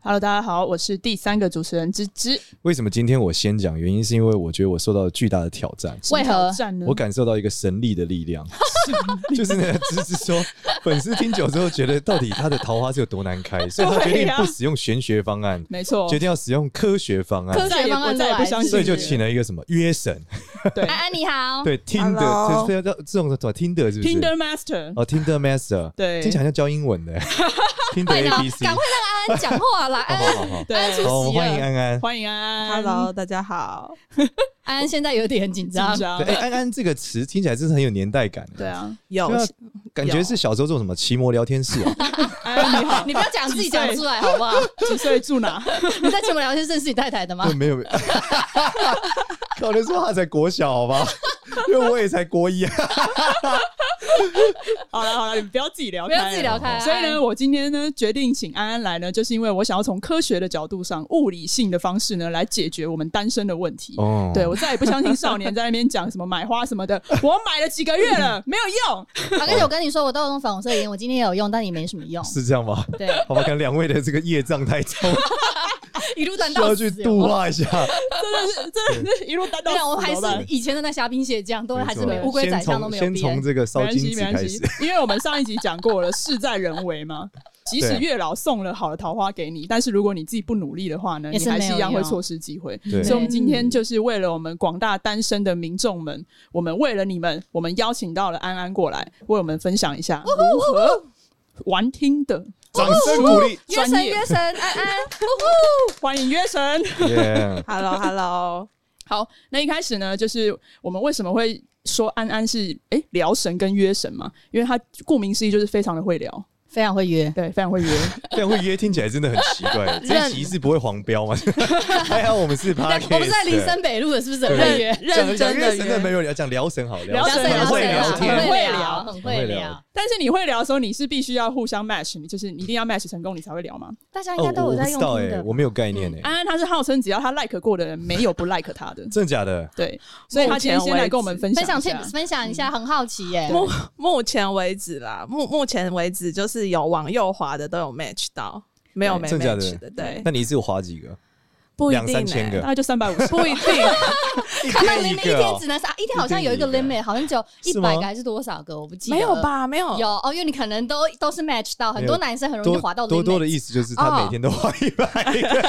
Hello，大家好，我是第三个主持人芝芝。为什么今天我先讲？原因是因为我觉得我受到了巨大的挑战，为何站呢？我感受到一个神力的力量，就是那个芝芝说，粉丝听久之后觉得到底他的桃花是有多难 开，所以他决定不使用玄学方案，没错，决定要使用啊科学方科案，再学也方我案再也不来相信，所以就请了一个什么约神，对安安你好，对听的， Hello 这这叫这种什么听的，是不是 Tinder Master，哦，Tinder Master，对听起来像教英文的 Tinder 快点 A B C，赶快让安安讲话啦！好安好好好，对，安好，我们欢迎安安。欢迎啊安安 Hello，大家好。安安现在有点紧紧张，张对，，哎、安安这个词听起来真是很有年代感。啊对，啊，有对啊，感觉是小时候做什么奇摩聊天室、啊，安哎安你好， 你不要讲自己讲出来好 不好？几岁住哪？你在节目聊天认识你太太的吗对，？没有没有， 可能说他才国小，好吧？因为我也才国一啊。好了好了，你们不要自己聊不开了，要自己聊开。所以呢，我今天呢决定请安安来呢，就是因为我想要从科学的角度上、物理性的方式呢来解决我们单身的问题。哦对我再也不相信少年在那边讲什么买花什么的，我买了几个月了，没有用。安安，而且我跟你说，我都哎有用粉红色眼，我今天也有用，但你没什么 用。是这样吗？对，好吧，看两位的这个业障太重，一路单需到要死哦去度啊有没有。化一下。真的是一路单到对死啊，我还怎么办是以前的那虾兵蟹将，都还是没错乌龟宰相都没有先从先变从。这个烧没关金系子没开关始系。，因为我们上一集讲过了，事在人为 嘛。即使对月老送了好的桃花给你，但是如果你自己不努力的话呢，也你是还没是有一样会用嗯错失机会。对所以，我们今天就是为了我们广大单身的民众们，我们为了你们，我们邀请到了安安过来，为我们分享一下如何玩听的。掌声鼓 励。约专神业约神，安安，欢迎约神。耶 Hello，Hello，好，那一开始呢，就是我们为什么会说安安是诶聊神跟约神嘛？因为他顾名思义就是非常的会聊， 非常会约。对，非常 会约。这样会约听起来真的很奇怪。这一集是不会黄标吗？ 还好我们是 p a r 但 k 我们是在林森北路的，是不是很会约？认真的神的没约。有聊，讲聊神好聊，聊聊神神啊很会聊聊神天很。会会聊聊，很会聊。但是你会聊的时候，你是必须要互相 match，你就是你一定要 match 成功，你才会聊嘛。大家应该哦，都我有不在知用道听哎，的，嗯我没有概念哎，。安安他是号称只要他 like 过的人，没有不 like 他的真的假的？对，所以他今天先来跟我们分分享享一欸下 tips，分享一下，很好奇耶。目目前为止啦，目目前为止就是有往右滑的都有 match 到，没有没真的假的 match 的，对，那你一次有划几个？不一定、欸，两三千个大概就三百五十。不一定。啊一 看到天 limit 一一个天哦只，能是啊，一天好像有一个一天一 limit，好像只有一是吗百个还是多少个，我不记得。没有？吧？没有，有哦，因为你可能都都是 match 到，很多男生很容易滑到哦 limit，多多的意思就是他每天都划一百 个，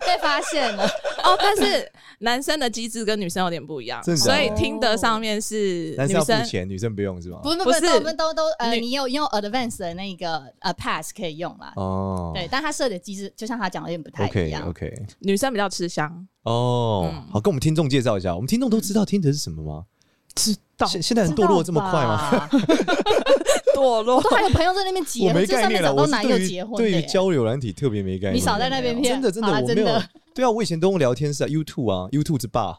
被发现 了。哦，但是男生的机制跟女生有点不一样，真的假所的以听得上面是男女生要生付钱，女生不用是吧？不不不不，是都我们都都呃，你你有你有 advance 的那个呃 pass 可以用啦。哦，对，但他设的机制就像他讲的有点不太一，OK 样。 OK，女生比较吃香，哦，嗯好，跟我们听众介绍一下，我们听众都知道听的是什么吗？知道现现在人堕落这么快吗？ 吗？ 堕落都还有朋友在那边结我婚，没就概上面念了，找我到是男友对结于婚的对于耶。交友软体特别没概念。你少在那边骗，真的真的好啦我没真有的。。对啊，我以前都用聊天室啊，YouTube 啊，YouTube 之霸，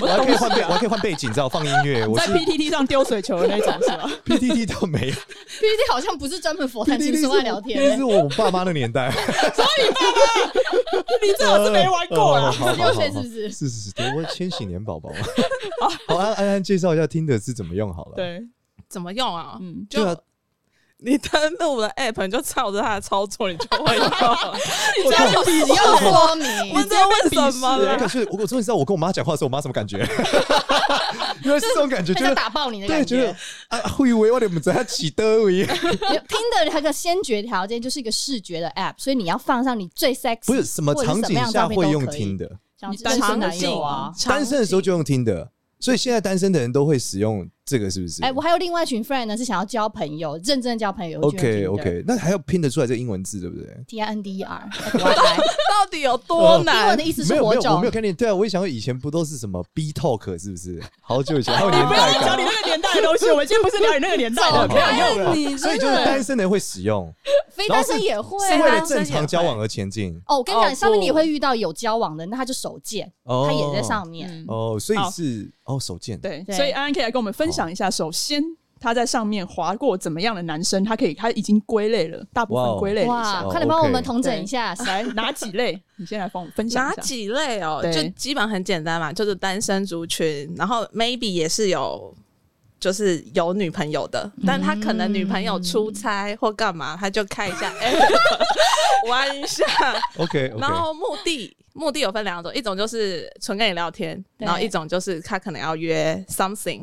我还可啊以换背，我还可以换背景，知道放音乐。我在是 PTT 上丢水球的那种 是吧？ PTT 都没有 PPT 好像不是专门佛谈情，PTT 是说我爱聊天那的是，我爸妈那 年代，你最好是没玩过呃啦。好好好六岁好是不是是是是，对我千禧 年宝宝。好，安安安介绍一下听的是怎么用好了。，对，怎么用啊？嗯，就、对啊你登录了 app，你就照着它的操作，你就会 用。我这靠就使用说明我。知道为什么对，了可。是我我终于知道我跟我妈讲话的时候，我妈什么感觉？ 原来是这种感觉，他觉想得打爆你的对，感觉觉得。啊，会以为我们在起得 位。听的它的先决条件就是一个视觉的 app，所以你要放上你最 sexy，不是什么场景下会用听的，的，像你单单身身男友啊。单身的时候就用听的，所以现在单身的人都会使用这个，是不是？哎，我还有另外一群 friend 呢，是想要交朋友，认真地交朋友。我觉得 OK 听的 OK，那还要拼得出来这个英文字，对不对？ T I N D E R， 到底有多英文难的？意思哦没是有火没有，我种没有。概念。对啊，我也想说以前不都是什么 B Talk 是不是？好久 以前还有你年不要代再讲你感。哦那个年代的东西，我们今天不是聊你那个年代 的，走不要用哎了。你所以就是单身的人会使用，非单身也会是为了啊。正常交往而前进。哦，我跟你哦讲，上面不你会遇到有交往的，那他就手贱，哦他也在上面。嗯哦，所以好是哦手贱。对，对所以安安可以来跟我们分享一下，首先他在上面划过怎么样的男生，他可以他已经归类了，大部哇哦分归类了一下哇，哦快点帮我 OK 们统整一下，来哪几 类？你先来帮我分享哪一下。几类哦？对就基本上很简单嘛，就是单身族群，然后 maybe 也是有。就是有女朋友的，嗯但他可能女朋友出差或干嘛，他就看一下 app 玩一下。 OK OK，然后目的目的有分两种，一种就是纯跟你聊天，对然后一种就是他可能要约 something，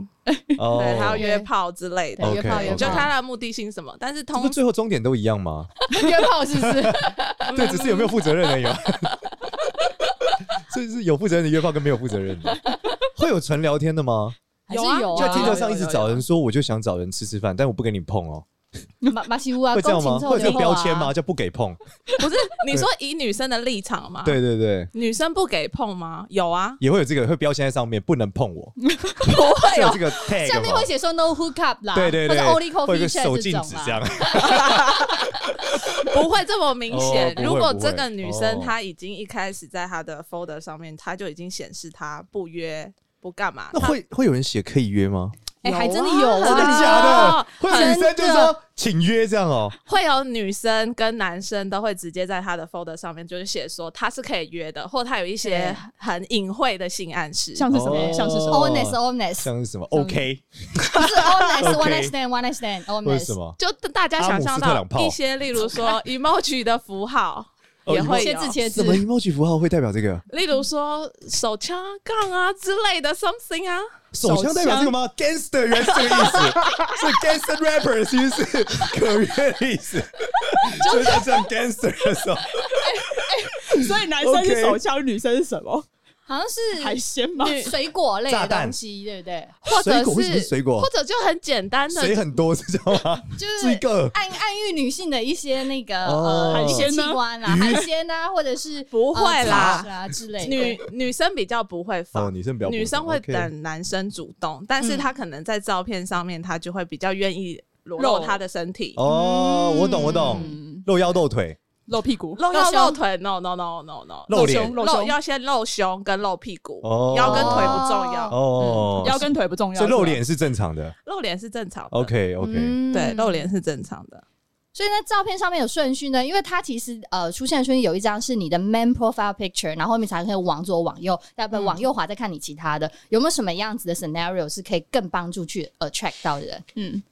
哦对，他要约炮之类的。对约炮 OK，哦约炮，就他的目的性是什么？但是这通不最后终点都一样吗？ 约炮是不是？对，只是有没有负责任而已 嘛。所以是有负责任的约炮跟没有负责任的，会有纯聊天的吗？还是有啊有就在听听到到啊？上一直找人说，我就想找人吃吃饭，但我不给你碰哦，马马西乌啊，会这样吗？勾会琴有奏这个的标话签吗？？叫不给碰？不是你说以女生的立场嘛？，对对对，女生不给碰吗？有啊，也会有这个会标签在上面，不能碰我，不会会有有这个 tag 哦下面吗会写说 no hook up 啦，对对对，或者 only 会 coffee 有个 chat 手禁止种啊这啦样。 不会这么明哦。显不会如果不会这个女生哦她已经一开始在她的 folder 上面，她就已经显示她不约不干嘛，那会会 有人写可以约吗？哎，有还啊真的有啊，真的假哎 的？会有女生就真的说请约这样哦？会有女生跟男生都会直接在她的 folder 上面就是写说她是可以约的，或她有一些很隐晦的性暗示。像是什么？哦像是什么？ Honest, honest，像是什么 OK 不是 honest, one OK night stand, one night stand, 或者什 honest。么？就大家想象阿姆斯特朗到炮一些，例如说 emoji 的符号 哦也会切有，字切字什，么 emoji 符号会代表这个？例如说手枪啊、杠啊之类的 something 啊，手枪代表这个吗？Gangster 原来是这个意思，所以 Gangster rapper 其实是可约的意思。就是在讲 Gangster 的时候，所以男生是 OK 手枪，女生是什 么？好像海是鲜吗？水果类炸的弹东西，对不对？或者水果为什么是是水果或者就很简单的谁很多是这样吗？就这是个暗暗喻女性的一些那个呃哦海鲜器呢官啦、海鲜啊，或者是不会啦呃 fish 啊之类的。女女生比较不会放，哦，女生比较女生会 OK 等男生主动，但是她可能在照片上面，她就会比较愿意裸露肉她的身体。哦，我懂我懂嗯，露腰露腿露屁股？露腰露胸露腿，no no no no no，露胸脸露露胸要先露胸跟露屁股，哦腰跟腿不重要，哦，嗯腰跟腿不重要，所以露是吧脸是正常的。露脸是正常的。 OK OK，嗯对，露脸是正常的。所以呢，照片上面有顺序呢，因为它其实呃出现的顺序有一张是你的 main profile picture，然后后面才可以往左往右，再嗯不往右滑再看你其他的、有没有什么样子的 scenario 是可以更帮助去 attract 到的人。嗯，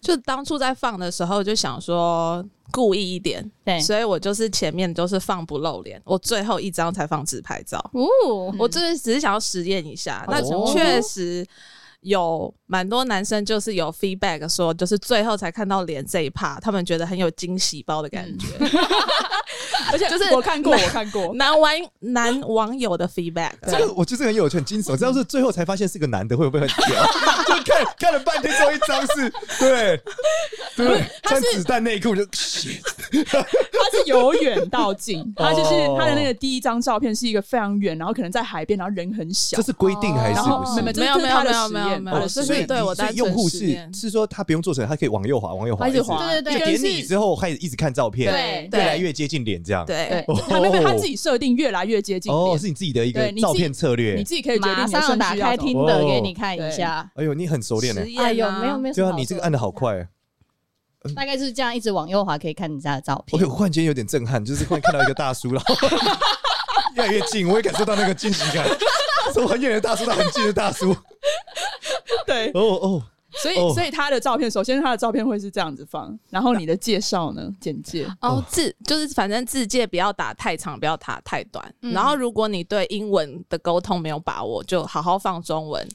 就当初在放的时候，就想说故意一点，对，所以我就是前面都是放不露脸，我最后一张才放自拍照。哦我就是只是想要实验一下，好那成功确实有蛮多男生就是有 feedback 说，就是最后才看到脸这一趴，他们觉得很有惊喜包的感觉。 而且就是我看过，我看 过，男网男网友的 feedback，这个我觉得这个很有趣，很惊悚。这要是最后才发现是个男的，会不会很屌？ 就看看了半天，最后一张是，对对，穿子弹内裤就，他是由远到近， 他就是哦他的那个第一张照片是一个非常远，然后可能在海边，然后人很小这，是规定还是然后不没没是？这哦没有这没是有他没的有实没有验没我有，的就所是以对我单所以纯用户实是验是说他不用做成，他可以往右滑，往右滑，他一直一直滑，对对一对就个人点是你之后开始一直看照片，对越来越接近脸这样。对对，他那个他自己设定越来越接近哦，脸，是你自己的一个对你自己照片策略你。自己可以决定马你的顺上序打要开怎么听哦的给你看一下。哎呦，你很熟练呢实。验啊哎呦，没有没有什对么好说的，啊，你这个按的好快。大概就是这样，一直往右滑可以看你家的照片 OK，。我忽然间有点震撼，就是忽然看到一个大叔，然后 越来越近，我也感受到那个惊喜感。从很远的大叔到很近的大叔，对，哦哦，所以哦所以他的照片，首先他的照片会是这样子放，然后你的介绍呢，简介，哦，字就是反正字界不要打太长，不要打太短。嗯然后如果你对英文的沟通没有把握，就好好放中文。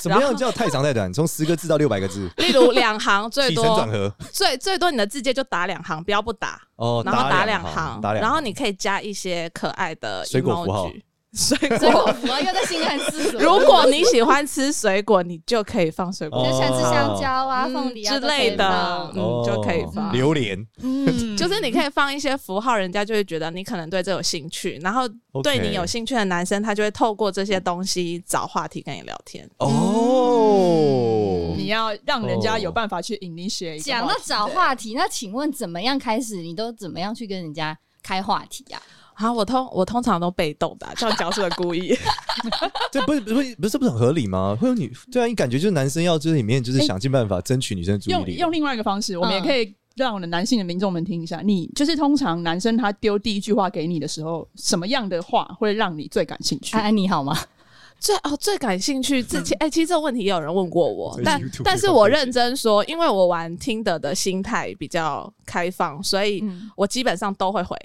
怎么样叫太长太短？从十个字到六百个 字，例如两行最起承转多合。最最多你的字界就打两行，不要不打。 哦，然后打两两行，打两然后你可以加一些可爱的水果符号 emoji 水所以果。我符合又在心安思索。如果你喜欢吃水果，你就可以放水果哦就喜欢吃香蕉啊、嗯凤梨啊之类的，嗯，哦就可以放。榴莲。 嗯，就是你可以放一些符号，人家就会觉得你可能对这有兴趣，然后 OK 对你有兴趣的男生，他就会透过这些东西找话题跟你聊天。哦嗯你，要让人家有办法去 initiate 一个 讲到话题找话题，那请问怎么样开始？你都怎么样去跟人家开话题呀、啊好，啊我通我通常都被动的啊、这样讲是不是 故意？这不是不是不是不是很合理吗？会有女对啊，你感觉就是男生要就是里面就是想尽办法争取女生的注意用力，用另外一个方式，我们也嗯可以让我们的男性的民众们听一下，你就是通常男生他丢第一句话给你的时候，什么样的话会让你最感兴趣安？安你好吗？最哦最感兴趣之 前，哎、其实这个问题也有人问过我所以，但 YouTube 但也是会我被认真说，因为我玩听的的心态比较开放，所以嗯我基本上都会回。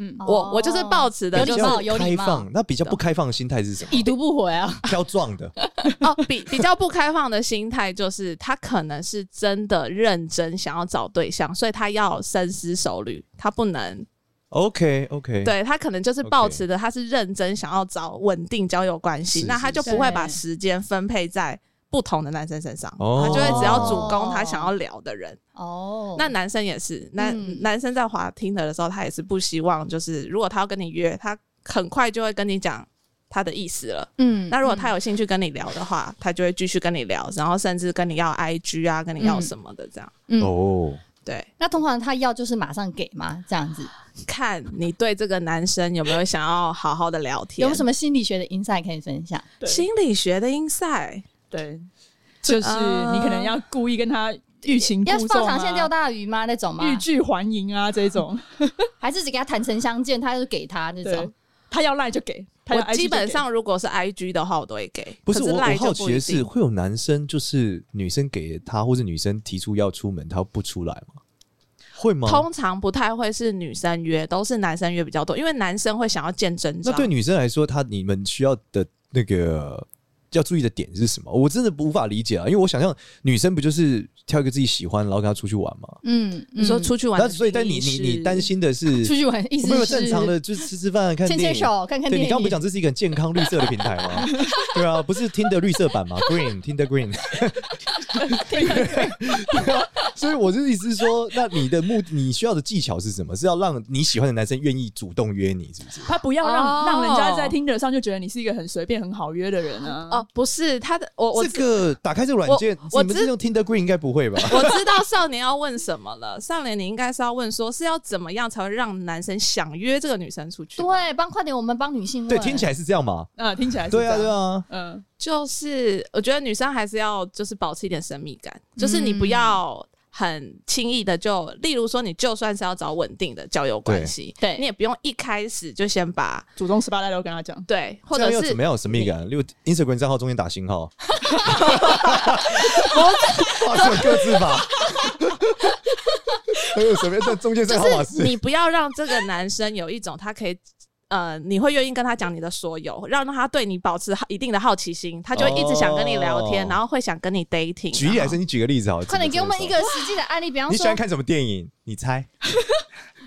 嗯，我我就是抱持的哦有比就礼是较貌有礼开貌放，那比较不开放的心态是什么？已读不回啊，挑撞 的，哦，比比较不开放的心态就是他可能是真的认真想要找对象，所以他要深思熟虑，他不能 OK OK，，对他可能就是抱持的他是认真想要找稳定交友关系是，那是他就是不会把时间分配在不同的男生身上，哦他就会只要主攻他想要聊的人。哦，那男生也是，男、嗯男生在滑听的时候，他也是不希望就是如果他要跟你约，他很快就会跟你讲他的意思了。嗯那如果他有兴趣跟你聊的话，他就会继续跟你聊，然后甚至跟你要 IG 啊，跟你要什么的这样。嗯哦，对，那通常他要就是马上给嘛，这样子啊看你对这个男生有没有想要好好的聊天，有什么心理学的 insight 可以分享？对心理学的 insight？对，就是啊你可能要故意跟他欲擒呃要故放纵长线钓啊，大鱼吗？那种吗？欲拒还迎啊，这种 还是只给他坦诚相见，他就给他那对种？，他要赖就给，他要我 IG 基本就给上如果是 IG 的话，我都会给。不是可我我赖好就奇不一的定是，嗯会有男生就是女生给他，或者女生提出要出门，他不出来吗？会吗？通常不太会是女生约，都是男生约比较多，因为男生会想要见真那章。对女生来说，她你们需要的那个要注意的点是什么？我真的无法理解啊，因为我想象女生不就是挑一个自己喜欢，然后跟他出去玩嘛？嗯，你说嗯出去玩那的定义是，所以，但你你你担心的是，出去玩，意没有思是正常的就是吃吃饭、看牵电牵影。手，看看对电你影。刚刚不是讲这是一个很健康绿色的平台 吗？对啊，不是听的绿色版吗？Green 听的 Green。对啊 所以我的意思是说，那你的目你需要的技巧是什么？是要让你喜欢的男生愿意主动约你，是不是？他不要让、哦让人家在听者上就觉得你是一个很随便、很好约的人啊。哦，不是他的，我我这个打开这个软件，我你们知这种听的 Green 应该不会吧？ 我知道少年要问什么了。少年，你应该是要问说，是要怎么样才会让男生想约这个女生出去？，对，帮快点，我们帮女性问。对，听起来是这样嘛？嗯、听起来是对啊，这对样，啊。嗯，就是我觉得女生还是要就是保持一点神秘感，就是你不要很轻易的就，例如说你就算是要找稳定的交友关系，对对你也不用一开始就先把祖宗十八代都跟他讲，对，或这样者要是怎么样有神秘感？例如 Instagram 账号中间打星号，我画出各自法， 哎还有什么？在中间这就个号码是你不要让这个男生有一种他可以。呃，你会愿意跟他讲你的所有，让他对你保持一定的好奇心，他就会一直想跟你聊天，哦然后会想跟你 dating。举例来然后说，你举个例子好了，快点给我们一怎个么说。实际的案例，比方你喜欢说，看什么电影？你猜？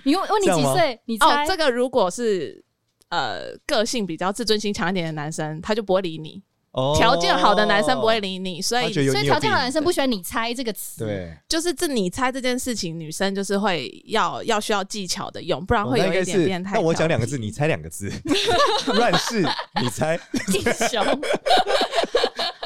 你问问你这样几吗岁？你哦猜，这个如果是呃个性比较自尊心强一点的男生，他就不会理你；哦条件好的男生不会理你，所他觉以得有所以你条有件好的病男生不喜欢“你猜”这个词。， 对，就是这你猜这件事情，女生就是会要要需要技巧的用，不然哦会那有应该一点是变态。那我讲两个字，你猜两个字， 乱世，你猜？弟兄，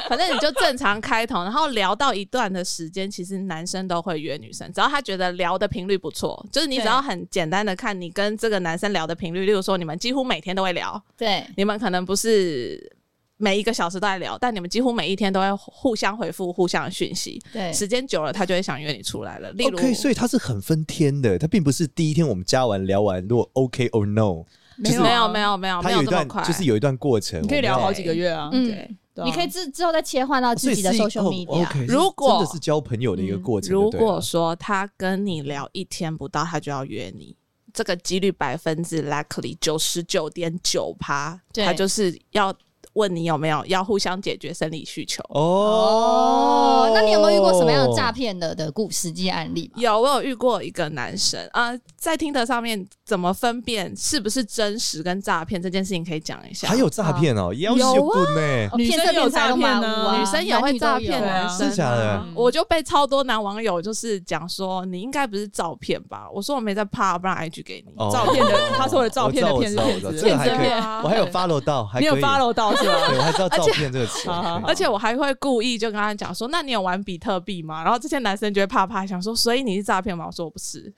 反正你就正常开头，然后聊到一段的时间，其实男生都会约女生，只要他觉得聊的频率不错，就是你只对要很简单的看你跟这个男生聊的频率，例如说你们几乎每天都会聊，对，你们可能不是每一个小时都在聊，但你们几乎每一天都会互相回复互相的讯息。对时间久了，他就会想约你出来了。例如 OK，所以哦它是很分天的，它并不是第一天我们加完聊完，如果 OK or no，没没啊有没，有没有它没有一这么段快，就是有一段过程，你可以我们聊要好几个月啊，对嗯，对啊你可以之之后再切换到自己的 social 哦所以是一 media。哦，OK，如果嗯真的是交朋友的一个过程就如对了，果说他跟你聊一天不到，他就要约你，这个几率百分之 likely 九十九点九趴，对他就是要问你有没有要互相解决生理需求。哦哦，那你有没有遇过什么样的诈？骗的的故实际案例吗？有，我有遇过一个男生啊、呃在听的上面怎么分辨是不是真实跟诈骗这件事情，可以讲一下。还有诈骗哦，要是有啊棍呢，哦女骗生色也有骗财诈都骗马啊五啊，女生也会诈骗对啊男生、真假的嗯我就被超多男网友就是讲说，你应该不是照片吧？我说我没在怕，不然 IG 给你。哦照片的他说的照片的我骗知是道骗我知道子这个还骗可子以骗，我还有对 follow 到，还你有可以 follow 到是吧？对，我还知道照片这个词，好好对而且我还会故意就跟他讲说，那你有玩比特币吗？然后这些男生就会怕怕，想说，所以你是诈骗吗？我说我不是，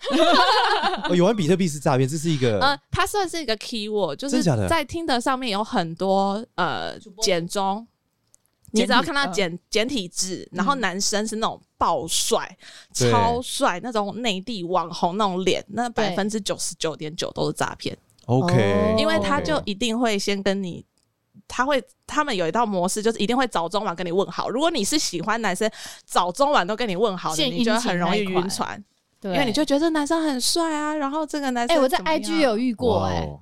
哦有玩比特币是诈片，这是一个、呃，它算是一个 keyword，就真是假的在听的上面有很多呃主播简中，简你体只要看到嗯，简简体字，然后男生是那种爆帅、对超帅那种内地网红那种脸，那对百分之九十九点九都是诈骗， OK，哦因为他 OK 就一定会先跟你。他会，他们有一道模式，就是一定会早中晚跟你问好。如果你是喜欢男生，早中晚都跟你问好的，献你就会殷勤很容那易一块晕船，对，因为你就觉得这男生很帅啊，然后这个男哎、生我在怎么样啊 IG 有遇过哇哎、哦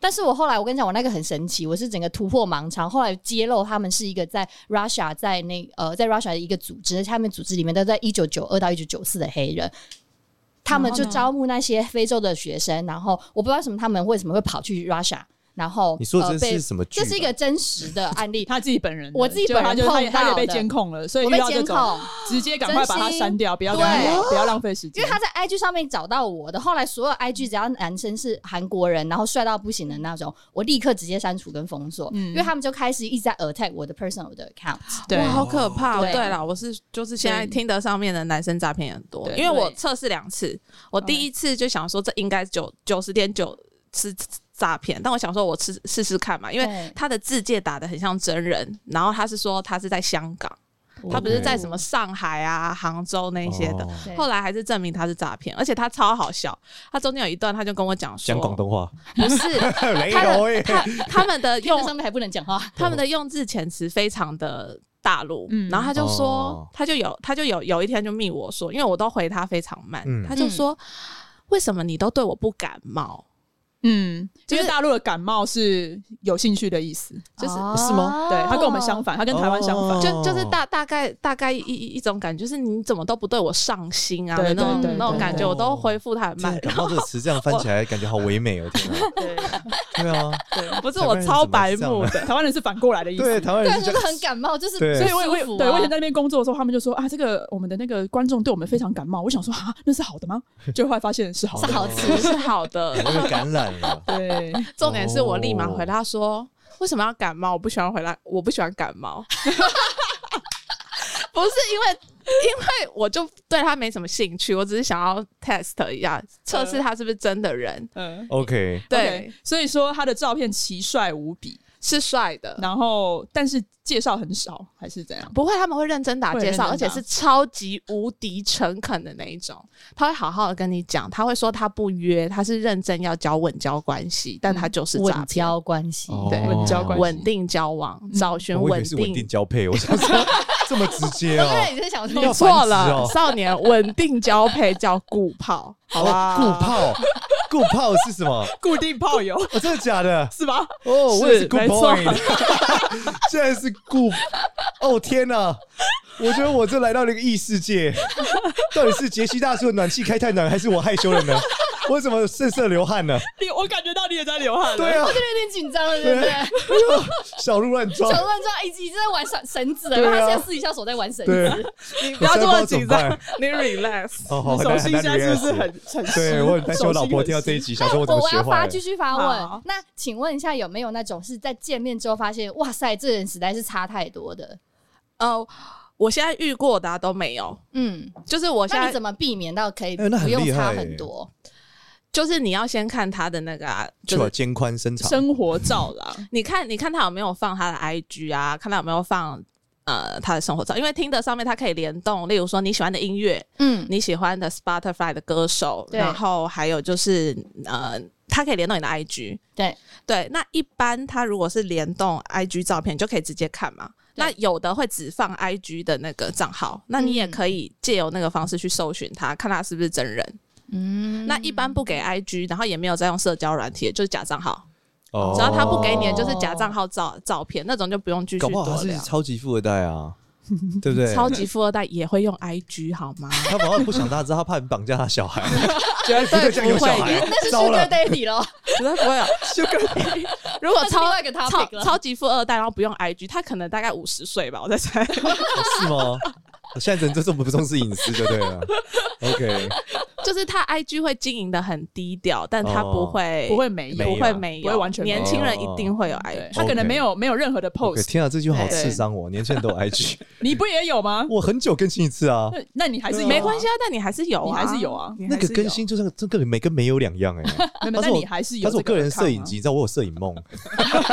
但是我后来我跟你讲，我那个很神奇，我是整个突破盲肠。后来揭露他们是一个在 Russia 在那呃在 Russia 的一个组织，他们组织里面都在一九九二到一九九四的黑人。他们就然后呢招募那些非洲的学生，然后我不知道为什么他们为什么会跑去 Russia，然后你说呃的这被是什么剧啊这吧？是一个真实的案例 他自己本人的，我自己本人结果他就碰他也到的被监控了，所以我遇被到这监种控，直接赶快把他真心删掉，不要跟他对不要浪费时间，因为他在 IG 上面找到我的，后来所有 IG 只要男生是韩国人，然后帅到不行的那种，我立刻直接删除跟封锁，嗯因为他们就开始一直在 attack 我的 personal 的 account。对哇，好可怕、哦！对对啦，我是就是现在对听得上面的男生诈骗也很多，对因为我测试两次，我第一次就想说这应该九九十点九是诈骗，但我想说我试试试看嘛，因为对他的字界打的很像真人，然后他是说他是在香港，他不是在什么上海啊、杭州那些的。哦对后来还是证明他是诈骗，而且他超好笑。他中间有一段，他就跟我讲说，讲广东话，不是 哦 没他 有的欸他他们的用用上面还不能讲话，他哦们的用字遣词非常的大陆，嗯然后他就说，哦他就有他就有有一天就密我说，因为我都回他非常慢，嗯他就说。为什么你都对我不感冒？嗯，就因是为大陆的感冒是有兴趣的意思，就是是吗哦对他跟我们相反，他跟台湾相反哦，就就是大大概大概一一一种感觉，就是你怎么都不对我上心啊对那种对对那种感觉，对我都回复他很慢天啊。感冒这个词这样翻起来，感觉好唯美哦！天啊，对对啊，对不是台湾我人超怎么白是这样目啊的，对，台湾人是反过来的意思，对台湾人对，是这就是样，很感冒，就是对所以我也不舒我也服啊对我以前在那边工作的时候，他们就说啊，这个我们的那个观众对我们非常感冒。我想说啊，那是好的 吗？就后来发现是好的，是好的词是好的。我被感染了。对，重点是我立马回哦他说：“为什么要感冒？我不喜欢回来，我不喜欢感冒。” 不是因为，因为我就对他没什么兴趣，我只是想要 test 一下，测试他是不是真的人。 嗯。 OK，对 OK，所以说他的照片奇帅无比，是帅的，然后但是介绍很少，还是怎样？不会他们会认真打会介绍，而认真且打是超级无敌诚恳的那一种。他会好好的跟你讲，他会说他不约，他是认真要交稳交关系，但嗯他就是诈稳骗。交关系，对哦稳交关系稳定交往，嗯找寻我以稳为是稳定定交配，我想说这么直接我 哦刚。才也在想你说，错繁殖了，哦少年稳定交配叫固炮，好吧？固哦炮，固炮是什么？固定炮友哦，真的假的？ 是吧？哦，我也是 good 没错 boy，竟然是 good。哦天哪！我觉得我这来到了一个异世界，到底是杰西大叔的暖气开太暖，还是我害羞了呢？我怎么瑟瑟流汗呢？你我感觉到你也在流汗了。对啊我，真的哦有点紧张了，对不对？小鹿乱撞小，乱撞，以及在玩绳绳子了，因对啊为他现在私底下手在玩绳对子，，你不要这么紧张我真的不知道怎么办， 你 relax。好哦好，你手很心难现在是不是 relax 很很湿 对我很担心我老婆听到这一手心集，想说我怎么我学要坏发了？继续发问好。那请问一下，有没有那种是在见面之后发现，哇塞，这人实在是差太多的？呃，我现在遇过的啊都没有，嗯，就是我现那你在怎么避免到可以哎那很不用厉害差耶很多？就是你要先看他的那个、啊，就就是肩宽身很长，生活照啦，你看你看他有没有放他的 IG 啊，看他有没有放。呃，他的生活照，因为听的上面它可以联动，例如说你喜欢的音乐，嗯，你喜欢的 Spotify 的歌手，对然后还有就是呃，它可以联动你的 IG，对对。那一般它如果是联动 IG 照片，你就可以直接看嘛。对那有的会只放 IG 的那个账号，那嗯你也可以借由那个方式去搜寻他，看他是不是真人。嗯，那一般不给 IG，然后也没有在用社交软体，就是假账号。哦只要他不给你，就是假账号照照片那种，就不用继续搞不多好他是聊。超级富二代啊，对不对？超级富二代也会用 IG 好 吗？他反而不想大家知道，他怕你绑架他小 孩，绝不对，这样有不小会，孩，那是糟 Sugar 了， Daddy 咯，绝对不啊会有。 如果那是超另外一个 topic 超了。超级富二代，然后不用 IG，他可能大概五十岁吧，我在猜。 哦是吗？现在人就这么不重视隐私，就对了。OK，就是他 IG 会经营的很低调，但他不会、不会没有没不有会没哦有，啊不会完全没有哦年轻人一定会有对 IG，、他可能没有没有任何的 OK， post，天啊，这句好对刺伤我！年轻人都有 IG，你不也有吗？我很久更新一次啊。那那你还是有啊没关系啊，，但你还是有你啊，还是有啊你那还是个有更新就是这个没跟没有两样 哎、没有他是但我你还是有他是我这个人摄 account 影啊集，你知道我有摄影 梦，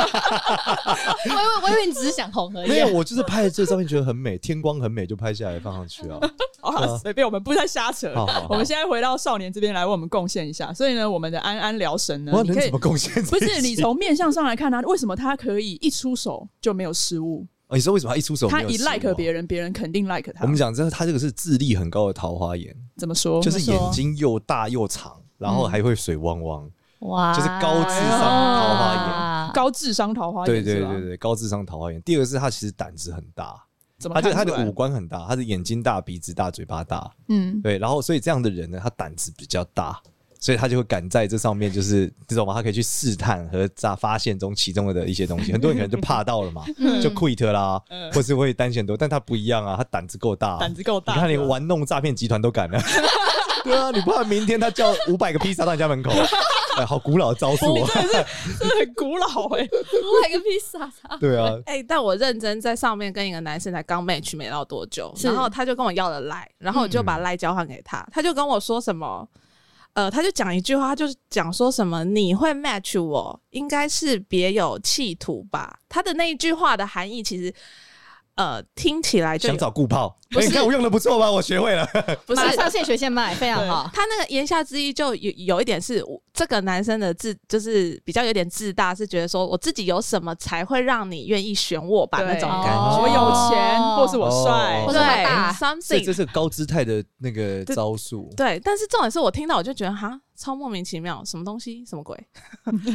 我以为我以为你只是想红而已。没有，我就是拍了这照片觉得很美，天光很美就拍下来放上去 啊。啊，随便，我们不再瞎扯。好好好我们现在回到少年这边来为我们贡献一下。所以呢，我们的安安聊神呢我，你能可怎以么贡献这不一集？是你从面相上来看他，为什么他可以一出手就没有失 误？哦你说为什么他一出手他没有一失误 like 啊别人，啊别人肯定 like 他。我们讲真的，他这个是智力很高的桃花眼，怎么哦说？嗯就是怎么说眼睛又大又长，然后还会水汪汪。哇就是高智商桃花眼高智商桃花对眼对是吧对对，高智商桃花眼。第二个是他其实胆子很大，怎么他看出就来？他的五官很大，他的眼睛大、鼻子大、嘴巴大，嗯，对。然后所以这样的人呢，他胆子比较大。所以他就会敢在这上面， 就是你懂吗？他可以去试探和在发现中其中的一些东西。很多人可能就怕到 了嘛，嗯就 quit 啦，或是会担心很多。但他不一样啊，他胆子够大，胆子够大。你看，连玩弄诈骗集团都敢了。 对啊，你不怕明天他叫五百个披萨到你家门口？哎，好古老的招数你哦。真的是真的很 古老 哎。五百个披萨，对啊，哎、但我认真在上面跟一个男生才刚 match 没到多久，是然后他就跟我要了赖，然后我就把赖交换给他，嗯他就跟我说什么，呃，他就讲一句话，他就讲说什么你会 match 我，应该是别有企图吧。他的那一句话的含义其实，呃，听起来就有想找顾炮。不哎是你看我用的不错吧？我学会了。不是马上现学现卖，非常好。他那个言下之意就有有一点是我这个男生的自就是比较有点自大，是觉得说我自己有什么才会让你愿意选我吧对那种哦感觉我有钱，哦或是我帅哦或者觉。我大对所以，something 这是高姿态的那个对招数。对，但是重点是我听到我就觉得哈，超莫名其妙，什么东西，什么鬼？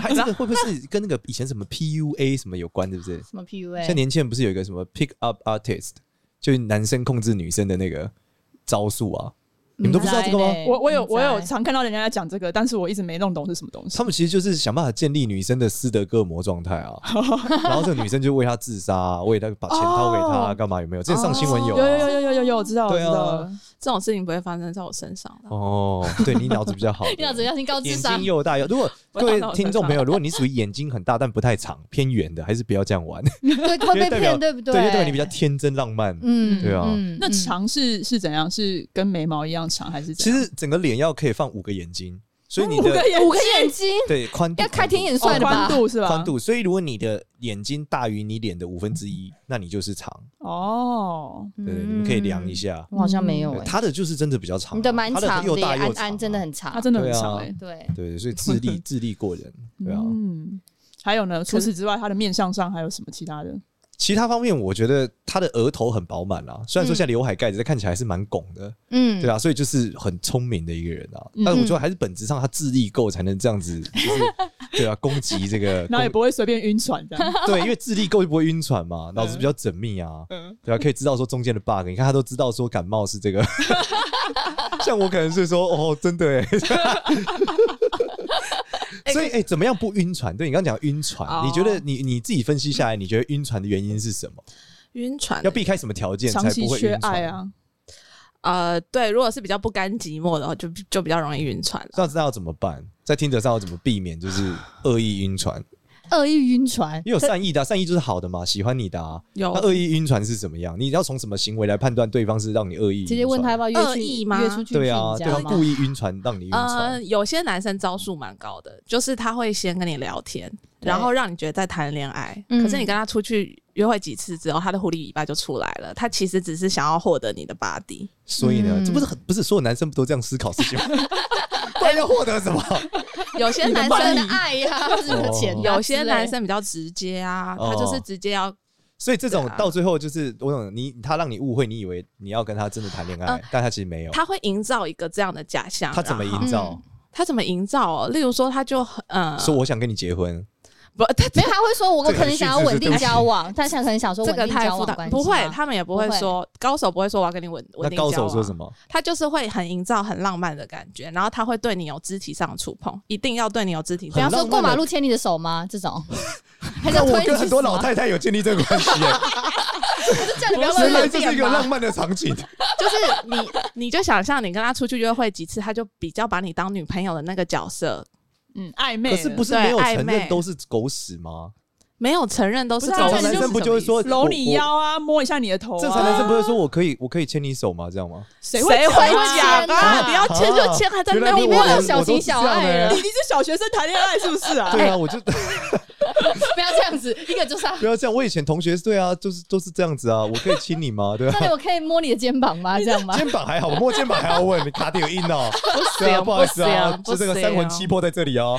还哎这个会不会是跟那个以前什么 PUA 什么有关？对不对？什么像 PUA？年轻人不是有一个什么 Pick Up Artist，就是男生控制女生的那个招数啊？你们都不知道这个吗？我我有我有猜常看到人家在讲这个，但是我一直没弄懂是什么东西。他们其实就是想办法建立女生的斯德哥尔摩状态 啊，然后这个女生就为他自杀、啊，为他把钱掏给他、哦干嘛？有没有？这上新哦闻有有、有啊。有有有有有，我知道，我对知啊道嗯了。这种事情不会发生在我身上的。哦，对你脑子比较 好，你脑子要听高智眼商睛，又大又……如果我各位脑子听众很朋友，如果你属于眼睛很大但不太长、偏圆的，还是不要这 样玩，对，会被因为代表骗，对不对，对？就代表你比较天真浪漫。嗯，对啊嗯那长是是怎样？是跟眉毛一样长，还是怎其样实整个脸要可以放五个眼睛，所以你五的个眼五个眼睛对宽度要开天眼哦算了吧宽？度是吧？宽度，所以如果你的眼睛大于你脸的五分之一，那你就是长。哦，嗯对，你们可以量一下。下。嗯我好像没有对哎，他的就是真的比较长啊，你的蛮他长又的耶，大又安长啊安真的很长它。真的很对啊长哎。对，对，所以智 力智力过人，对啊。嗯，还有呢？除此之外，他的面相上还有什么其他的？其他方面，我觉得他的额头很饱满啦，虽然说现在刘海盖着，但看起来还是蛮拱的，嗯对啊，所以就是很聪明的一个人啊。嗯但是我觉得还是本质上他智力够，才能这样 子，就是对啊，攻击这个， 然后也攻不会随便晕船这样。 对，因为智力够就不会晕船嘛，脑子比较缜密啊，嗯，对啊，可以知道说中间的 bug。你看他都知道说感冒是 这个，像我可能是说哦，真的 哎。所以，哎、怎么样不晕船？对你刚刚讲晕船，哦你觉得你你自己分析下来，你觉得晕船的原因是什么？晕船要避开什么条件长才期不会缺晕船爱？啊，呃，对，如果是比较不甘寂寞的话，就就比较容易晕船了。上次要怎么办？在听者上要怎么避 免就是恶意晕船？恶意晕船，也有善意的啊、善意就是好的嘛，喜欢你的啊。有哦那恶意晕船是什么样？你要从什么行为来判断对方是让你恶意晕船？直接问他要不要约恶去意吗约出去对你啊，知对道方吗故意晕船让你晕船。呃，有些男生招数蛮高的，就是他会先跟你聊天，对然后让你觉得在谈恋爱，嗯可是你跟他出去约会几次之后，他的狐狸尾巴就出来了。他其实只是想要获得你的 body，所以呢，嗯这不是很不是所有男生不都这样思考事情吗？不然要获得什么？有些男男生生的爱呀，或者你的钱啊，有些之类男生比较直接啊，哦他就是直接要所以这种对啊到最后就是我懂你，他让你误会，你以为你要跟他真的谈恋爱呃，但他其实没有。他会营造一个这样的假象。他怎么然后营造？他怎么营造哦？例如说，他就很呃，说我想跟你结婚，不，他没有，他会说我这我个可能很想逊要色稳对不定起交往，他想可能想说这稳个定太交复往杂，关系不会，吗他们也不会不会说高手不会说我要跟你稳那稳定高交手往说什么？他就是会很营造很浪漫的感觉，然后他会对你有肢体上的触碰，一定要对你有肢体比上方的触碰。说浪漫过马的路牵你的手吗？这种，还是那要推我你跟去很多死老吗太太有建立这个关系耶，我就叫你不要不乱原来乱这是一个点嘛浪。漫的场景。就是你，你就想象你跟他出去约会几次，他就比较把你当女朋友的那个角色，嗯，暧昧可了，是不是对没有暧承认昧都是狗屎吗？没有承认都是不是啊狗这屎。样男就生不就会说搂我你？腰啊，摸一下你的头、我啊，正常男生不会说我可以，我可以牵你手吗？这样吗？谁谁会会讲讲啊？啊？你要牵就牵，还在原来那你你边没问有我小情小爱了你一定是小学生谈恋爱是不是啊？对啊，我就不要这样子，一个 就是啊不要这样。我以前同学是对啊，就是都是这样子啊。我可以亲你吗？对那啊，你我可以摸你的肩膀吗？这样吗？肩膀还好吧，摸肩膀还要问你卡点有印哦。对啊，行不好意思啊，不就行这个不行三魂七魄在这里哦。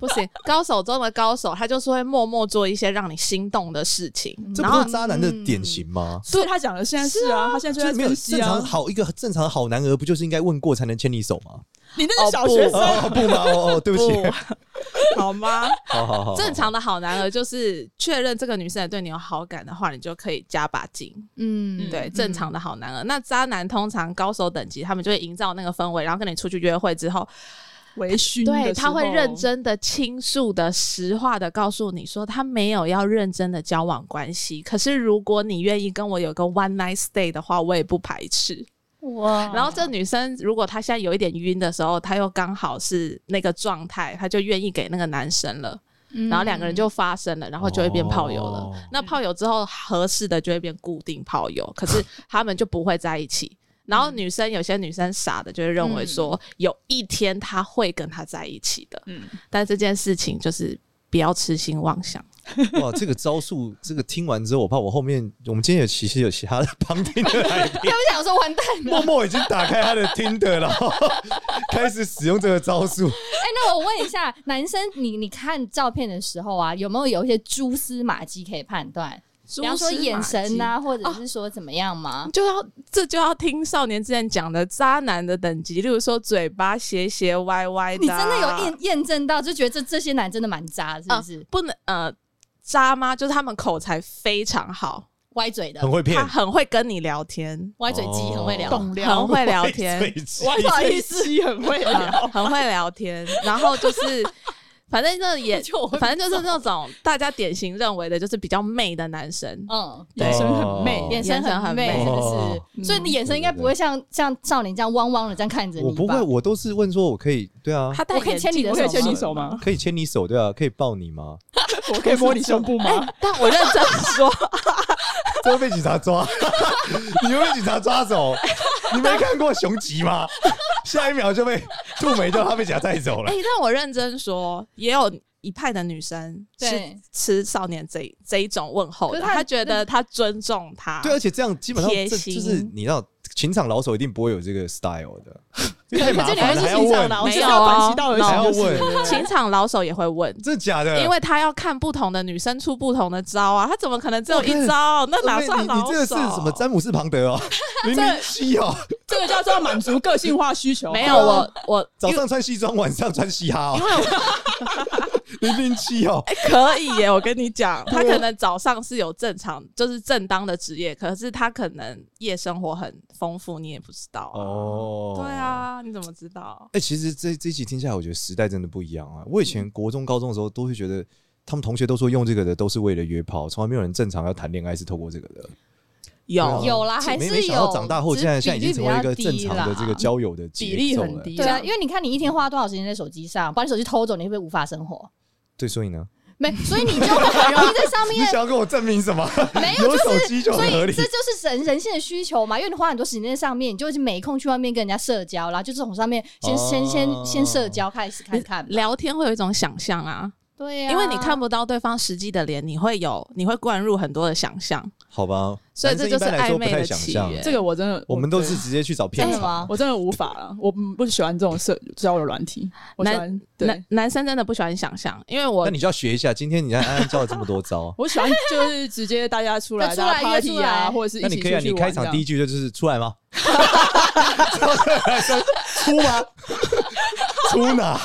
不行，高手中的高手，他就是会默默做一些让你心动的事情。这嗯然不后嗯是渣男的典型吗？所以他讲的现在是啊，他现在就就在是没有分析正啊常。好一个正常好男儿，不就是应该问过才能牵你手吗？你那是小学生，哦不吗？哦哦，对不起， 好吗？ 好好好，正常的好男儿就是确认这个女生也对你有好感的话，你就可以加把劲。嗯，对，嗯正常的好男儿。那渣男通常高手等级，他们就会营造那个氛围，然后跟你出去约会之后，微醺，对他会认。真的、倾诉的、实话的告诉你说，他没有要认真的交往关系。可是如果你愿意跟我有个 one night stay 的话，我也不排斥。哇然后这女生如果她现在有一点晕的时候，她又刚好是那个状态，她就愿意给那个男生了，嗯然后两个人就发生了，然后就会变炮友了。哦那炮友之后合适的就会变固定炮友，可 是他们就不会在一起。然嗯后女生有些女生傻的就会认为说，有一天她会跟他在一起的，嗯，但这件事情就是不要痴心妄想。哇，这个招数，这个听完之后，我怕我后面我们今天有其实有其他的旁听的来宾，他们想说完蛋了。默默已经打开他的听的，然后开始使用这个招数。哎、那我问一下，男生你你看照片的时候啊，有没有有一些蛛丝马迹可以判断？比方说眼神啊呐、或者是说怎么样吗？就要这就要听少年之前讲的渣男的等级，例如说嘴巴斜斜歪歪你的真啊、的有验验证到，就觉得这这些男真的蛮渣，是不是？不能呃渣吗？就是他们口才非常好，歪嘴的，很会骗他，很会跟你聊天，歪嘴鸡，哦很会聊。懂聊，很会聊天，会嘴不好意思，很会啊 聊。嗯很会聊天，然后就是。反正那也，就我会反正就是那种大家典型认为的，就是比较媚的男生。嗯，眼神很哦媚，眼神很媚，是眼神很媚不是？所以你眼神应该不会像像少年这样汪汪的这样看着你吧？ 我不会，我都是问说我可以，对啊，他戴我可以眼牵你镜的我可以手牵吗你手吗？可以牵你手，对啊，可以抱你吗？我可以摸你胸部吗？ 但我认真说，这会被警察抓， 你会被警察抓 走。你没看过熊吉吗？下一秒就被吐没掉，他被警察带走了哎、。但我认真说，也有一派的女生是对吃少年这一这一种问候可的，是她她觉得她尊重 他，对，而啊且这样基本上贴这心就是你知道，情场老手一定不会有这个 style 的， 因为太麻这烦里了，还面是要情场问，老没师，有要反哦其道而还行就要是，问，情场老手也会问。真的假的？因为他要看不同的女生出不同的招啊，他怎么可能只有一招？那哪因为算你老你手？这个是什么？詹姆斯庞德哦，明明西 哦，这个叫做满足个性化需求。没有我我早上穿西装，晚上穿嘻哈哦， 零零七哦，哎可以耶，我跟你讲， 他可能早上是有正常，就是正当的职业，可是他可能夜生活很丰富，你也不知道、啊。哦，对。啊，你怎么知道？哎、其实这这一集听下来，我觉得时代真的不一样啊！我以前嗯国中、高中的时候，都会觉得他们同学都说用这个的都是为了约炮，从来没有人正常要谈恋爱是透过这个的。啊有有啦，其实还没是没想到有长大后，只现是在现在已比经例比成为较一个正低常的这个啦交友的比例节奏很了。低啦，对啊，因为你看你一天花多少时间在手机上，把你手机偷走，你会不会无法生活？对，所以呢，没，所以你就会很容易在上面 你想要跟我证明什么？没有，有就手是机就所很合以理这就是人人性的需求嘛，因为你花很多时间在上面，你就已经没空去外面跟人家社交啦，就从上面先、先哦先先社交开始开始看吧，聊天会有一种想象啊，对呀、因为你看不到对方实际的脸，你会有你会灌入很多的想象。好吧，所以男生这一就是般来说暧不昧太的想起象源这个我真的，我们都是直接去找片真的场。吗？我真的无法了，我不不喜欢这种社交友软体，我喜欢对，男，男生真的不喜欢想象，因为我那你就要学一下，今天你看安安教了这么多招我喜欢就是直接大家出来就出大来家约出 party 啊，来或者是那一你起可以啊，出去你开玩这场样第一。句就是出来吗？出吗？出哪？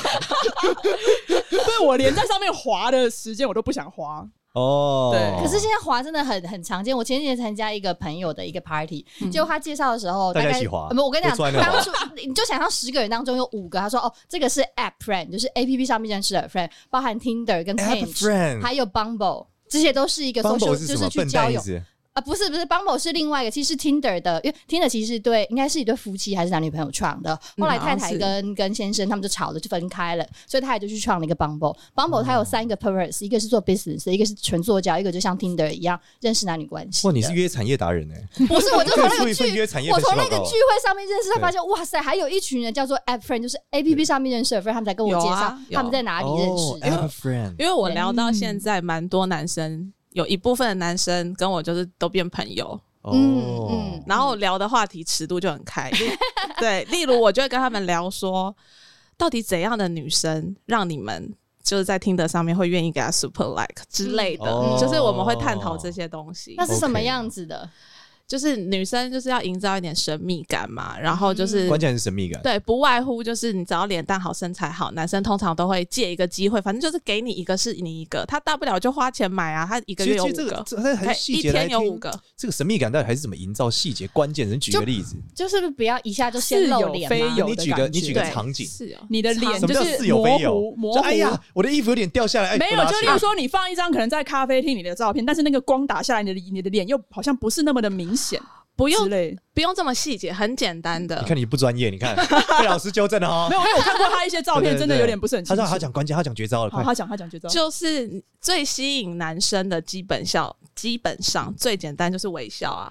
对我连在上面滑的时间我都不想滑， 哦，对可是现在滑真的很很常见。我前几天参加一个朋友的一个 party，、结果嗯他介绍的时候，大大家概一起滑呃不，我跟你都讲坐在，那滑当初你就想象十个人当中有五个，他说哦，这个是 app friend，就是 A P P 上面认识的 friend，包含 Tinder 跟 App Hinge，哎 friend 还有 Bumble，这些都是一个 social， Bumble 就是什么去笨交蛋意友。思？啊，不是不是，Bumble 是另外一个，其实是 Tinder 的，因为 Tinder 其实是对应该是一对夫妻还是男女朋友创的，后来嗯好太像太是跟跟先生他们就吵了，就分开了，所以太太就去创了一个 Bumble。Bumble 哦它有三个 purpose，一个是做 business，一个是纯做交，一个就像 Tinder 一样认识男女关系的。哇，你是约产业达人哎、不是，我就从可那以出个一份约产聚，业我分析从那报个告啊聚。会上面认识，他对发现哇塞，还有一群人叫做 App Friend，就是 A P P 上面认识的 friend，他们才跟我有介啊绍他们有在哪里认识的。哦 a friend，因为我聊到现在，蛮多男生，有一部分的男生跟我就是都变朋友，哦嗯嗯然后聊的话题尺度就很开。例对，例如我就会跟他们聊说，到底怎样的女生让你们就是在听的上面会愿意给她 super like 之类的，嗯哦就是我们会探讨这些东西。那是什么 OK 样子的？就是女生就是要营造一点神秘感嘛，然后就是、关键还是神秘感。嗯对，不外乎就是你只要脸蛋好、身材好，男生通常都会借一个机会，反正就是给你一个是你一个，他大不了就花钱买啊，他一个其实月有其实五这个个，这这很哎细一节来天有听五个，这个神秘感到底还是怎么营造细节关键？能举个例子？就是不要一下就先是露有脸非嘛有你的举个感你觉举个对，场景是哦，你的脸什么就叫是似有非有模糊？模就糊哎呀，我的衣服有点掉下来，哎没我有，拿就起例来如说，你放一张可能在咖啡厅里的照片，但是那个光打下来，你的你的脸又好像不是那么的明显不之用类。不用这么细节，很简单的你。看你不专业，你看被老师纠正了哈没。有，因为我看过他一些照对片，对真的对有点不是很他清楚。说他讲关键，他讲绝招了，好，快！他讲他讲绝招，就是最吸引男生的基本效，基本上最简单就是微笑啊，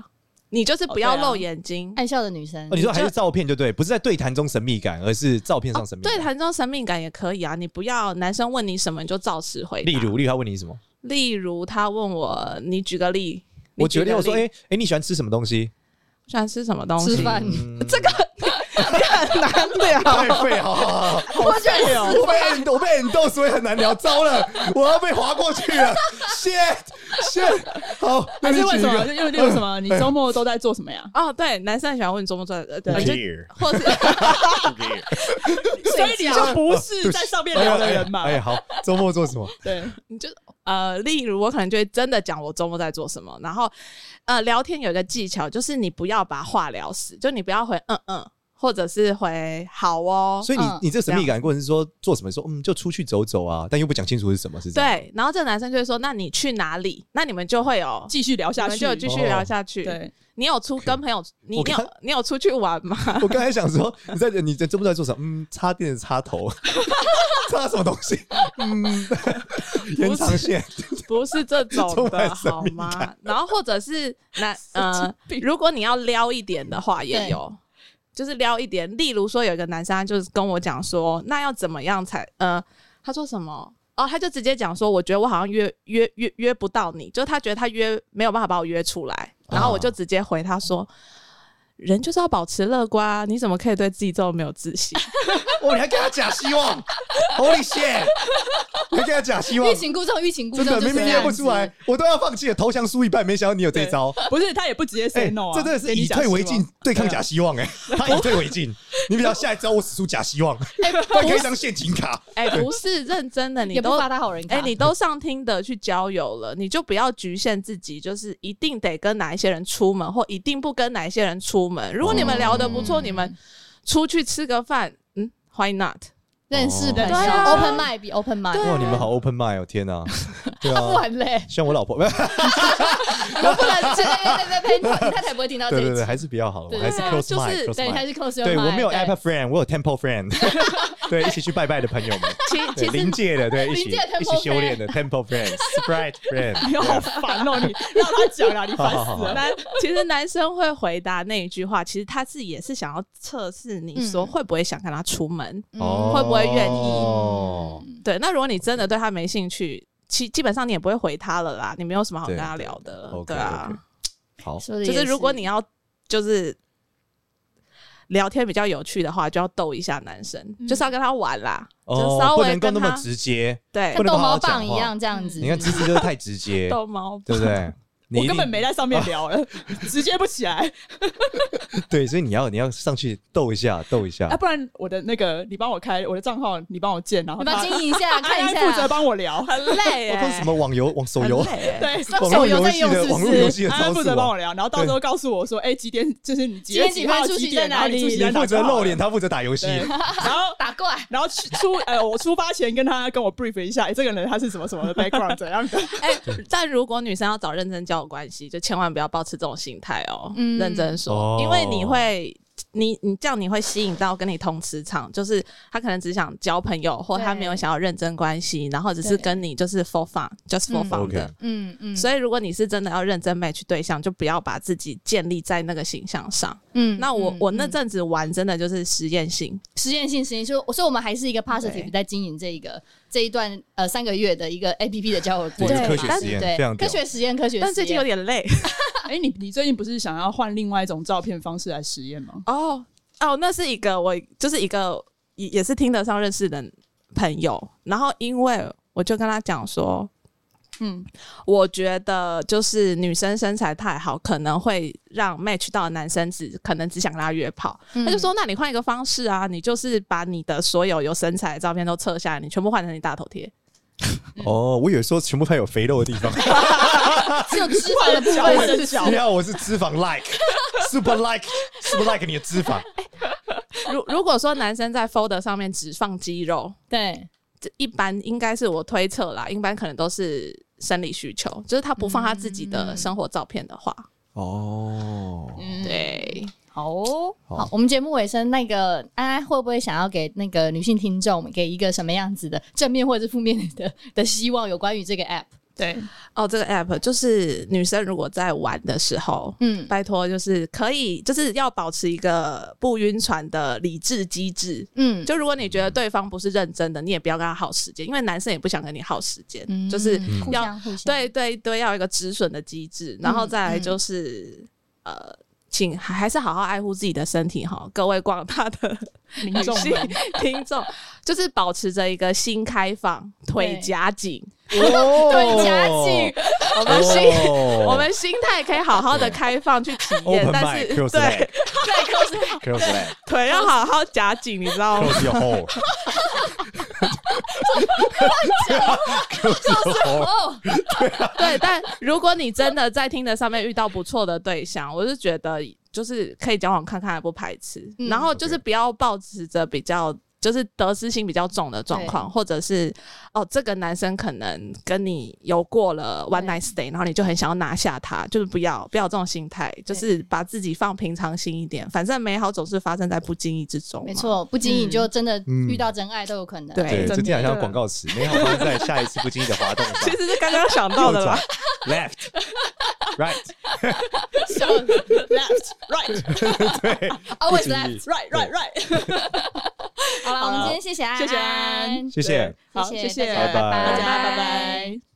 你就是不哦要对啊露眼睛。爱笑的女生哦，你说还是照片就对，不是在对谈中神秘感，而是照片上神秘哦感。哦对谈中神秘感也可以啊，你不要男生问你什么你就照实回答。例如，例如他问你什么？例如他问我，你举个例，你我举个例，我说，例哎哎，你喜欢吃什么东西？喜欢吃什么东吃西？饭，这个很难聊。太废了好好好。好废哦！ 我被 end- 我被 end 斗，所以很难聊。糟了，我要被划过去了。shit shit，好，还那是你举为一什么？个。又又什么？你周末都在做什么呀？哦，对，男生很喜欢问周末做的，对，就或是所以你就不是在上面聊的人嘛？哎，好，周末做什 么？对，你就呃，例如我可能就会真的讲我周末在做什么，然后呃，聊天有一个技巧就是你不要把话聊死，就你不要回嗯嗯，或者是回好哦，所以你嗯你这神秘感过程是说做什么？说嗯，就出去走走啊，但又不讲清楚是什么，是这样。对，然后这个男生就会说那你去哪里？那你们就会有。继续聊你下们去，哦就有继续聊下去。对，你有出跟朋友，你我你刚有你有出去玩吗？ 我刚才想说你在你在周末在做什么？嗯，插电的插头， 插什么东西？嗯， 延长线。不是这种 充满的神好秘吗？然后或者是 那呃病，如果你要撩一点的话，也有，就是撩一点。例如说，有一个男生他就是跟我讲说，那要怎么样才呃，他说什么？哦，他就直接讲说，我觉得我好像约约约约不到你，就他觉得他约没有办法把我约出来，然后我就直接回他说。人就是要保持乐观啊！你怎么可以对自己这么没有自信？哦，你还给他假希望，Holy shit！你还给他假希望欲，擒故纵，欲擒故真纵，的就明明这约样不子出来，我都要放弃了，投降输一半，没想到你有这一招。不是他也不直接 say no 啊，哎这真的是给你以讲退为希望进，对抗假希望哎、他以退为进，你比较下一招我使出假希望，哎 再开一张陷阱卡，哎、不是认真的，你也不都发他好人卡。哎、你都上听的去交友了，你就不要局限自己，就是一定得跟哪一些人出门，或一定不跟哪一些人出门。如果你们聊得不错，你们哦出去吃个饭，嗯，Why not？认识朋友对啊，open mind 比 open mind 哇，你们好 open mind 哦，天哪、对不啊，然嘞，像我老婆，都不能这对对对对，你太太不会听到这对一对对，集。还是比较好，对我还是对啊 close 就是 mind，close 对，还 mind。是 close your mind。对我没有对 Apple friend，我有 Temple friend，对，一起去拜拜的朋友们，其对其临实界的，对，一起临界的一 Temple 起修炼的 Temple friend，Sprite friend，哎呦，好烦哦！你让他讲啦，你烦啊好好死好了。男其实男生会回答那一句话，其实他是也是想要测试你说嗯会不会想跟他出门。嗯会不会愿哦嗯对，那如果你真的对他没兴趣，其基本上你也不会回他了啦，你没有什么好跟对他聊的， OK，对啊。 OK 好，说的就也是如果你要就是聊天比较有趣的话，就要逗一下男生，嗯就是要跟他玩啦，就哦，稍不微能够跟那么他直接，对像不能逗好好猫棒讲一话样这样子，你看芝芝就是太直接，逗猫。对不对？你啊我一根定本没在上面聊了，直接不起来。对，所以你要你要上去斗一下，斗一下啊，。不然我的那个，你帮我开我的账号，你帮我建，然后你把他经营一下，啊看一安安负责下。帮我聊，很累、我欸，都是什么网游、网手游、很累欸对，手网络游在戏用的是网不络游是？戏的安安超啊负市责帮我。网聊，然后到时候告诉我说，哎，几点？就是你几月几几点号出席几点，在然后哪里出席在你负责就好露了脸，，他负责打游戏。对， 然后。打怪，然后去出呃，我出发前跟他跟我 brief 一下，哎，这个人他是什么什么的 background 怎样的？哎、但如果女生要找认真交交友关系，就千万不要保持这种心态哦。嗯认真说，哦因为你会，你你这样你会吸引到跟你同磁场，就是他可能只想交朋友，或他对没有想要认真关系，然后只是对跟你就是 for fun，just for 嗯 fun 的。 OK 嗯嗯，所以，如果你是真的要认真 match 对象，就不要把自己建立在那个形象上。嗯那我嗯我那嗯阵子玩真的就是实验性，实验性实验，就所以我们还是一个 positive 对在经营这一个这一段呃三个月的一个 A P P 的交友过对程嘛，这是科学但实验对非常科屌学实验，科学实验。但最近有点累 哎、你你最近不是想要换另外一种照片方式来实验吗？哦哦，那是一个我就是一个也也是听得上认识的朋友，然后因为我就跟他讲说，嗯，我觉得就是女生身材太好，可能会让 match 到的男生只可能只想跟她约炮。嗯他就说：“那你换一个方式啊，你就是把你的所有有身材的照片都撤下来，你全部换成你大头贴。 哦，我以为说全部还有肥肉的地 方。只有脂肪的部脚为分 了是脚你好，我是脂肪 like，super like，super like 你的脂肪。如如果说男生在 folder 上面只放肌肉， 对，这一般应该是我推测啦，一般可能都是生理需求，就是他不放他自己的生活照片的话，哦，嗯，对，好哦、好好，我们节目尾声，那个安安会不会想要给那个女性听众给一个什么样子的正面或者是负面的的希望？有关于这个 app，对，哦，这个 app 就是女生如果在玩的时候，嗯，拜托就是可以，就是要保持一个不晕船的理智机制。嗯，就如果你觉得对方不是认真的，你也不要跟他耗时间，因为男生也不想跟你耗时间，嗯就是互要相互相对对对，要有一个止损的机制，然后再来就是、呃。请还还是好好爱护自己的身体哈，各位广大的 民女众 性们听众，就是保持着一个心开放、腿对夹紧，对对夹紧，我哦们心、我们心态可以好好的开放去体验 open，但是 mic close 对 leg close leg 腿要好好夹紧，你知道吗？ close your hole。close your hole。哦， 对，但如果你真的在听的上面遇到不错的对象，我是觉得就是可以交往看看，也不排斥。嗯然后就是不要抱持着比较。就是得失心比较重的状况，或者是哦，这个男生可能跟你有过了 one 对 night stay，然后你就很想要拿下他，就是不要不要有这种心态，就是把自己放平常心一点，反正美好总是发生在不经意之中。没，错，不经意嗯就真的嗯遇到真爱都有可能。 对 对，真的这听起来像广告词，美好发生在下一次不经意的滑动其上。实是刚刚想到的右转啦。 ，left。Right，笑 left right ，always 不经 left 意 right right right，好了，我们今天谢谢安安，谢谢安安谢谢。好，谢谢谢谢大家拜拜大家，拜拜。